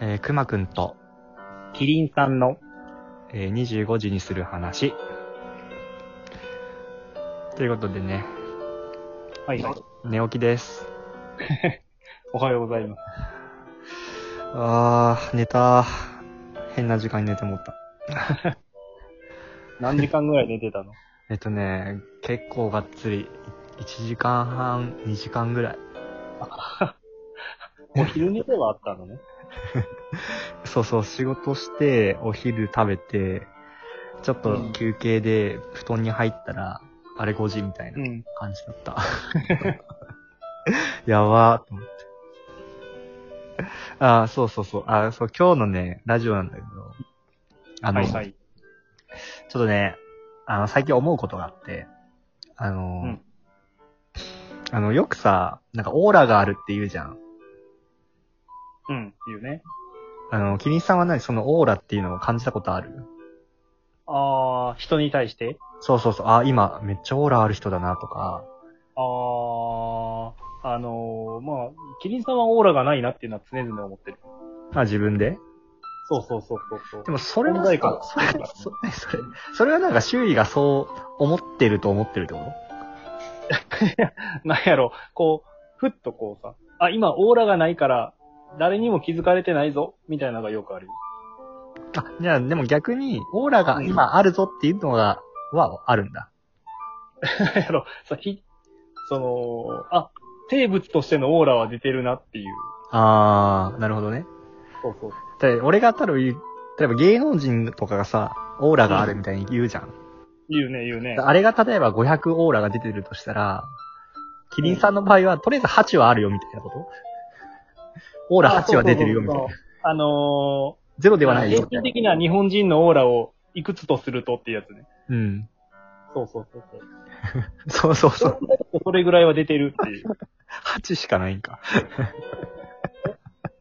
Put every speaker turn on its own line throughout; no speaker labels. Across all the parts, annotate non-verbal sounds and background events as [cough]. えー、くまくんと、
キリンさんの、
えー、25時にする話。ということでね、
はいはい。
寝起きです。
おはようございます。
あー、寝たー。変な時間に寝てもった。
何時間ぐらい寝てた [laughs] の
えっとね、結構がっつり、1時間半、2時間ぐらい。
お昼寝ではあったのね。
そうそう、仕事して、お昼食べて、ちょっと休憩で布団に入ったら、あれ5時みたいな
うん。
感じだった。 [laughs] やばーと思って。あーそうそうそう。あーそう、今日のね、ラジオなんだけど、あの、
はいはい。
ちょっとね、あの、最近思うことがあって、あの、
うん
あの、よくさ、なんかオーラがあるって言うじゃん。
うん。っていうね。
あの、キリンさんは何そのオーラっていうのを感じたことある
あー、人に対して
そうそうそう、あ、今、めっちゃオーラある人だなとか、
あー、あのー、まあ、キリンさんはオーラがないなっていうのは常々思ってる。
まあ自分で。
そうそうそうそうそう。
でもそれはさ
存在感が
それ、それ、そ [laughs] れ、それはなんか周囲がそう思ってると思ってるってこと
なんやろ、こう、ふっとこうさ、あ、今オーラがないから、誰にも気づかれてないぞ、みたいなのがよくあるよ。 [laughs]
あ、じゃあでも逆に、オーラが今あるぞっていうのが、はあるんだ。
なんやろ、さ、ひ、その、あ、生物としてのオーラは出てるなっていう。
あー、なるほどね。
そうそう。
で、俺が多分言う、例えば芸能人とかがさ、オーラがあるみたいに言うじゃん。
言うね、言うね。
あれが例えば500オーラが出てるとしたら、キリンさんの場合は、とりあえず8はあるよみたいなことオー
オ
ラ8は出てるよみたいな。。
あの
ゼロではな
ー、
いよ
平
みた
均
いな。
的な日本人のオーラをいくつとするとっていうやつね。
うん。
そうそうそうそう。
そうそうそう。
それぐらいは出てるっていう。
8しかないんか。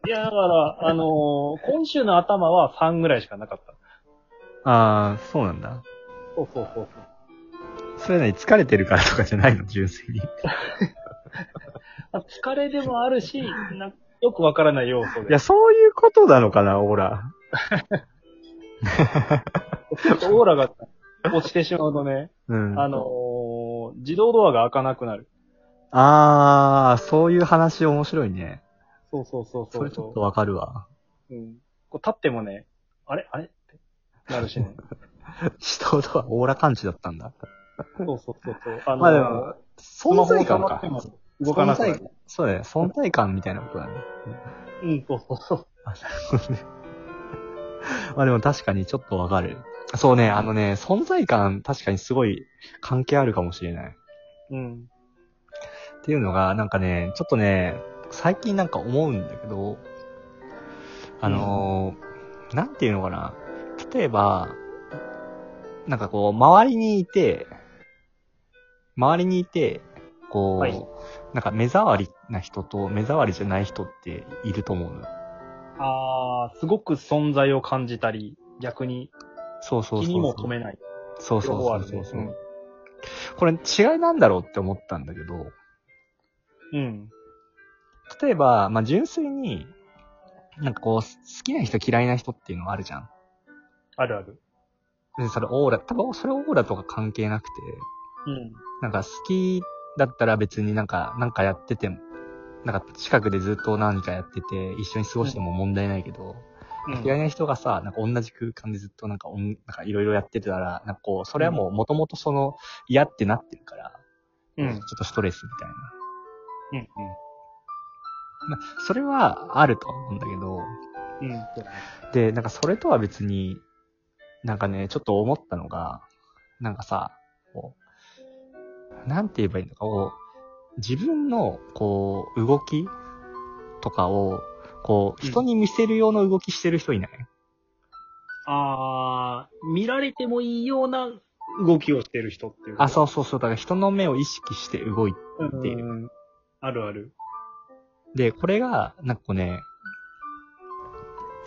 いや、だから、あのー、今週の頭は3ぐらいしかなかった。
あー、そうなんだ。
そうそうそうそう。
それなに疲れてるからとかじゃないの純粋に。い
まあ疲れでもあるし、なよくわからない要素で。
や、そういうことなのかな、オーラ。
ちょっとオーラが落ちてしまうとね、
うん。
あのー自動ドアが開かなくなる。
あー、そういう話面白いね。
そうそうそう
そ
そ
れ
う
ちょ
そ
っ
う
とわかるわ。 [laughs]
うん。こう立ってもね、あれあれってなるし
[laughs]
ね。
人とはオーラ感知だったんだ。
そうそうそうそう。あのー
まあでも、
スマ
存
ホを
在感
触っ
か
て。も動かなくなる。
そうだね。存在感みたいなことだね。
うん、そうそうそう。
まあでも確かにちょっとわかる。そうね、あのね、存在感確かにすごい関係あるかもしれない。
うん。
っていうのが、なんかね、ちょっとね、最近なんか思うんだけど、あのーなんていうのかな。例えば、なんかこう、周りにいて、周りにいて、こう、
はい
なんか目障りな人と目障りじゃない人っていると思うの。
あー、すごく存在を感じたり、逆に
そうそうそうそう。
気にも留めない。
そうそう
両方
そ
あ
う
る
そう
ね
そう、これ違いなんだろうって思ったんだけど、
うん。
例えば、まあ、純粋に、なんかこう、好きな人嫌いな人っていうのはあるじゃん。
あるある。
でそれオーラ、多分それオーラとか関係なくて、
うん。
なんか好きだったら別になんか、なんかやってても、なんか近くでずっと何かやってて、一緒に過ごしても問題ないけど、
うん
嫌いな人がさ、なんか同じ空間でずっとなんかおん、なんかいろいろやってたら、なんかこう、それはもう元々その嫌ってなってるから、
うん。
ちょっとストレスみたいな。
うん。
まあ、それはあるとは思うんだけど、
うん。うん。
で、なんかそれとは別に、なんかね、ちょっと思ったのが、なんかさ、こう、なんて言えばいいのか、こう、自分の、こう、動きとかを、こう、
うん
人に見せるような動きしてる人いない、
あー、見られてもいいような動きをしてる人っていう。
あ、そうそうそう、だから人の目を意識して動いて、ってい
うん。あるある。
で、これが、なんかこうね、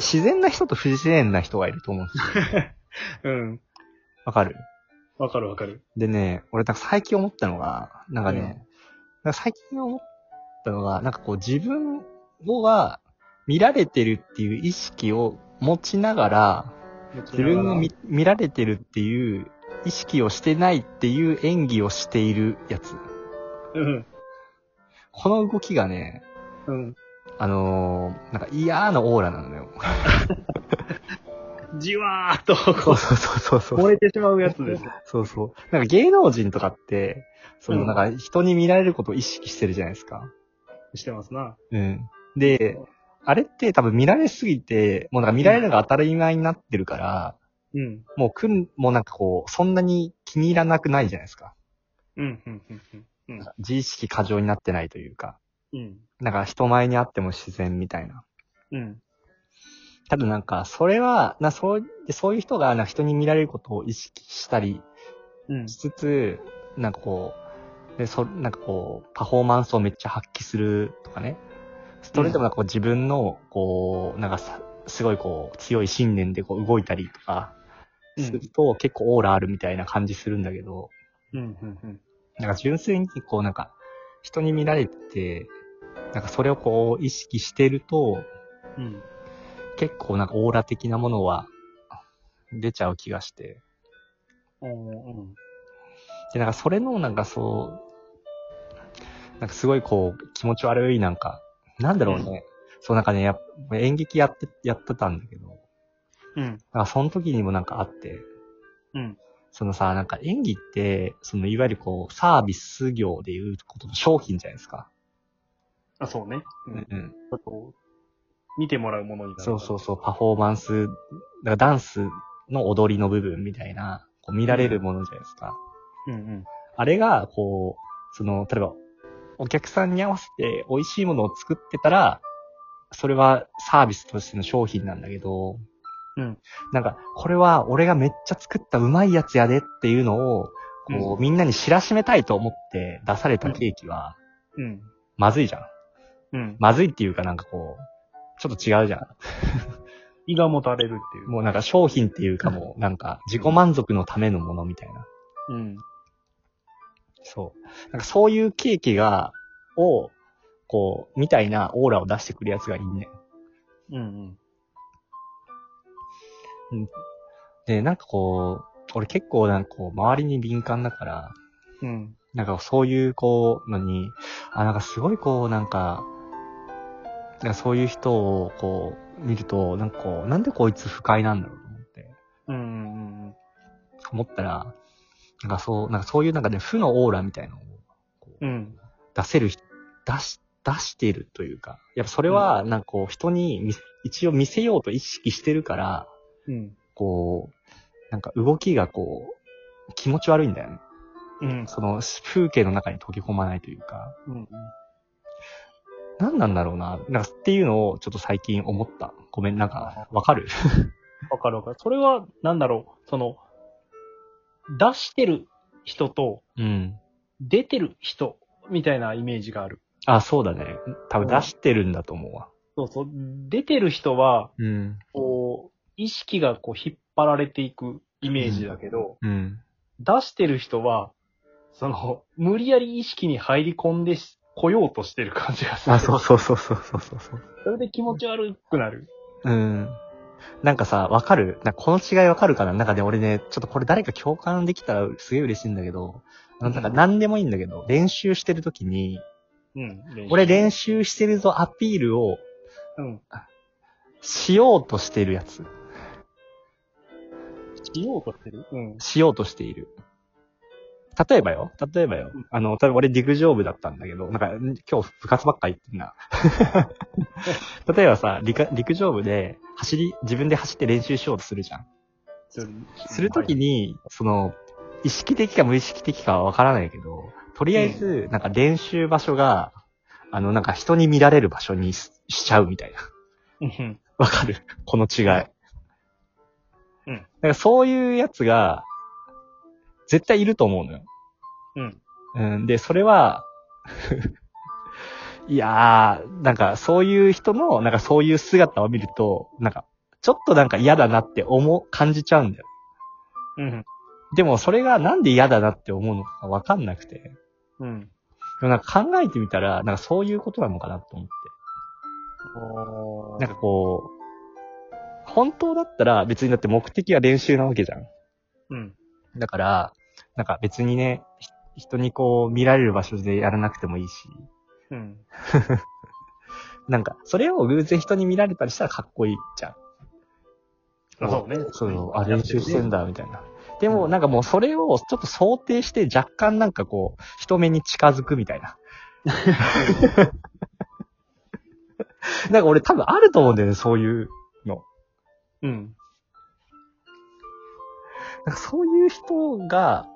自然な人と不自然な人がいると思うんですよ。
うん。
わかる
わかるわかる。
でね、俺なんか最近思ったのが、なんかね、
うん
なんか最近思ったのが、なんかこう自分をは、見られてるっていう意識を持ちながら、自分が見見られてるっていう意識をしてないっていう演技をしているやつ。
うん。
この動きがね、
うん。
あのー、なんか嫌なオーラなのよ。
じわーっと、
そう
こ、
そうそうそうう。
漏れてしまうやつです。
そうそう。なんか芸能人とかって、そうの
ん
なんか人に見られることを意識してるじゃないですか。
してますな。
うん。で、あれって多分見られすぎて、もうなんか見られるのが当たり前になってるから、
うん。
もうくん、もうなんかこう、そんなに気に入らなくないじゃないですか。
うん、うん、うん、うん。うん
自意識過剰になってないというか。
うん。
なんか人前にあっても自然みたいな。
うん。
ただなんか、それは、な、そう、そういう人が、なんか人に見られることを意識したり
うん
し。つつ、なんかこう、で、そ、なんかこう、パフォーマンスをめっちゃ発揮するとかね。それでもなんかこう自分の、こう、なんかさ、すごいこう、強い信念でこう動いたりとか、
う
す
ん
ると結構オーラあるみたいな感じするんだけど、
うん、うん、うん。
なんか純粋にこうなんか、人に見られて、なんかそれをこう意識してると、
うん。
結構なんかオーラ的なものは出ちゃう気がして。
うん。
で、なんかそれのなんかそう、なんかすごいこう気持ち悪いなんか、なんだろうね。そうなんかね、やっ演劇やって、やってたんだけど、
うん。
なんかその時にもなんかあって、
うん。
そのさ、なんか演技って、そのいわゆるこうサービス業でいうことの商品じゃないですか。
あ、そうね。うん。
うん。
こう見てもらうものになる。
そうそうそう、パフォーマンス、だからダンスの踊りの部分みたいな、こう見られるものじゃないですか。
う。うん、うん。
あれが、こう、その、例えば、お客さんに合わせて美味しいものを作ってたら、それはサービスとしての商品なんだけど、
うん。
なんか、これは俺がめっちゃ作ったうまいやつやでっていうのを、こう、みんなに知らしめたいと思って出されたケーキは、
うん。
まずいじゃん。
うん。
まずいっていうかなんかこう、ちょっと違うじゃん。
胃がもたれるっていう。
もうなんか商品っていうかもうなんか自己満足のためのものみたいな。
うん。
そう。なんかそういうケーキが、を、こう、みたいなオーラを出してくるやつがいいね。
うん、うん。
で、なんかこう、俺結構なんかこう、周りに敏感だから、
うん。
なんかそういうこう、のに、あ、なんかすごいこう、なんか、なんかそういう人をこう、見ると、なんかこう、なんでこいつ不快なんだろうと思って。
うんうんうん
思ったら、なんかそう、なんかそういうなんかね、負のオーラみたいなのをこう
うん。うん。
出せる人、出し、出してるというか、やっぱそれはなんかこう人に見一応見せようと意識してるから、
うん。
こう、なんか動きがこう、気持ち悪いんだよね。
うん。
その風景の中に溶け込まないというか、
うん。
何なんだろうな、なんかっていうのをちょっと最近思った。ごめん、なんか、わかる
わかるわかる。それは、なんだろう。その、出してる人と、
うん。
出てる人、みたいなイメージがある。
あ、そうだね。多分出してるんだと思うわ。
そうそう。出てる人は、
うん。
こう、意識がこう引っ張られていくイメージだけど、
うん。
出してる人は、その、無理やり意識に入り込んでし来ようとしてる感じがする。
あ、そうそうそうそうそうそうそう。
それで気持ち悪くなる。
うん。なんかさ、わかるなんかこの違いわかるかななんかね、俺ね、ちょっとこれ誰か共感できたらすげえ嬉しいんだけど、あのなんか
うん
何でもいいんだけど、練習してるときに、
うん。
俺練習してるぞアピールを
うん。
しようとしてるやつ。
しようとしてるうん。
しようとしている。例えばよ、例えばよ、あの、例えば俺陸上部だったんだけど、なんかん今日部活ばっかり行ってん
[laughs]
な。例えばさ、陸陸上部で走り、自分で走って練習しようとするじゃん。するとき
に。
に、その、意識的か無意識的かはわからないけど、とりあえず、なんか練習場所が、あの、なんか人に見られる場所にししちゃうみたいな。 [laughs]
うん。
わかるこの違い。
うん
なんかそういうやつが、絶対いると思うのよ。
うん。
うん、で、それは、 [laughs] いやー、なんかそういう人の、なんかそういう姿を見ると、なんか、ちょっとなんか嫌だなって思う、感じちゃうんだよ。
うん。
でもそれがなんで嫌だなって思うのかわかんなくて。で
うん。
もなんか考えてみたら、なんかそういうことなのかなと思って。なんかこう、本当だったら別にだって目的は練習なわけじゃん。
うん。
だから、なんか別にね、ひ人にこう見られる場所でやらなくてもいいし、
うん。
なんかそれを偶然人に見られたりしたらかっこいいじゃん。
あそうね
そうそう、
うん
あ、練習してんだ、みたいな。でもなんかもうそれをちょっと想定して若干なんかこう、人目に近づくみたいな。 [laughs] なんか俺多分あると思うんだよね、そういう。
うん。
なんかそういう人が、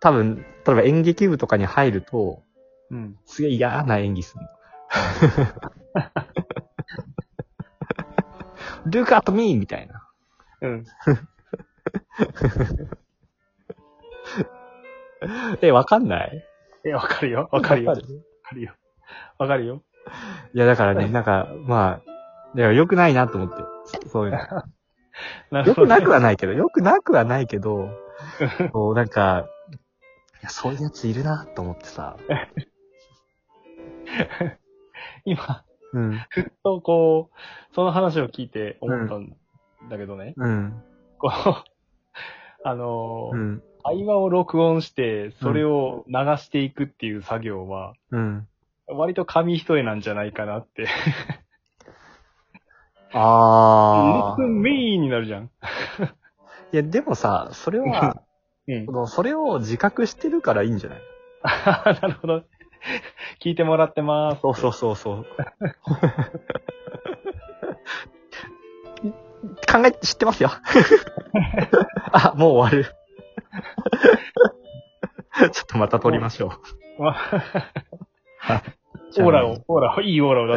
多分、例えば演劇部とかに入ると、
うん。
すげえ嫌な演技する [laughs] の。ルーカーとミーみたいな。
うん。
え、わかんない
え、わかるよ。わかるよ。
わか
わか
る
るよ。わかるよ。
いや、だから
は
ね、
い
なんか、まあ、だから良くないなと思って。そう [laughs] いうの。
なる
良く
ほどね。
なくはないけど、良くなくはないけ [laughs] ど、こう、なんか、いや、そういうやついるなと思ってさ。
今、
うん。
ふっとこう、その話を聞いて思ったんだけどね。
うん。
こう、 [laughs] あのー
うん。
会話を録音して、それを流していくっていう作業は、
うん。
割と紙一重なんじゃないかなって。
あー。
[laughs] Listen me になるじゃん。
いや、でもさ、それ [laughs] は、
うん
こ。のそれを自覚してるからいいんじゃない
なるほど。 [laughs] 聞いてもらってます。
そうそうそうそう。 [laughs] 考え、知ってますよ。 [laughs] あ、もう終 [laughs] わる。ちょっとまた撮りましょう。
オーラを、オーラを、いいオーラを出して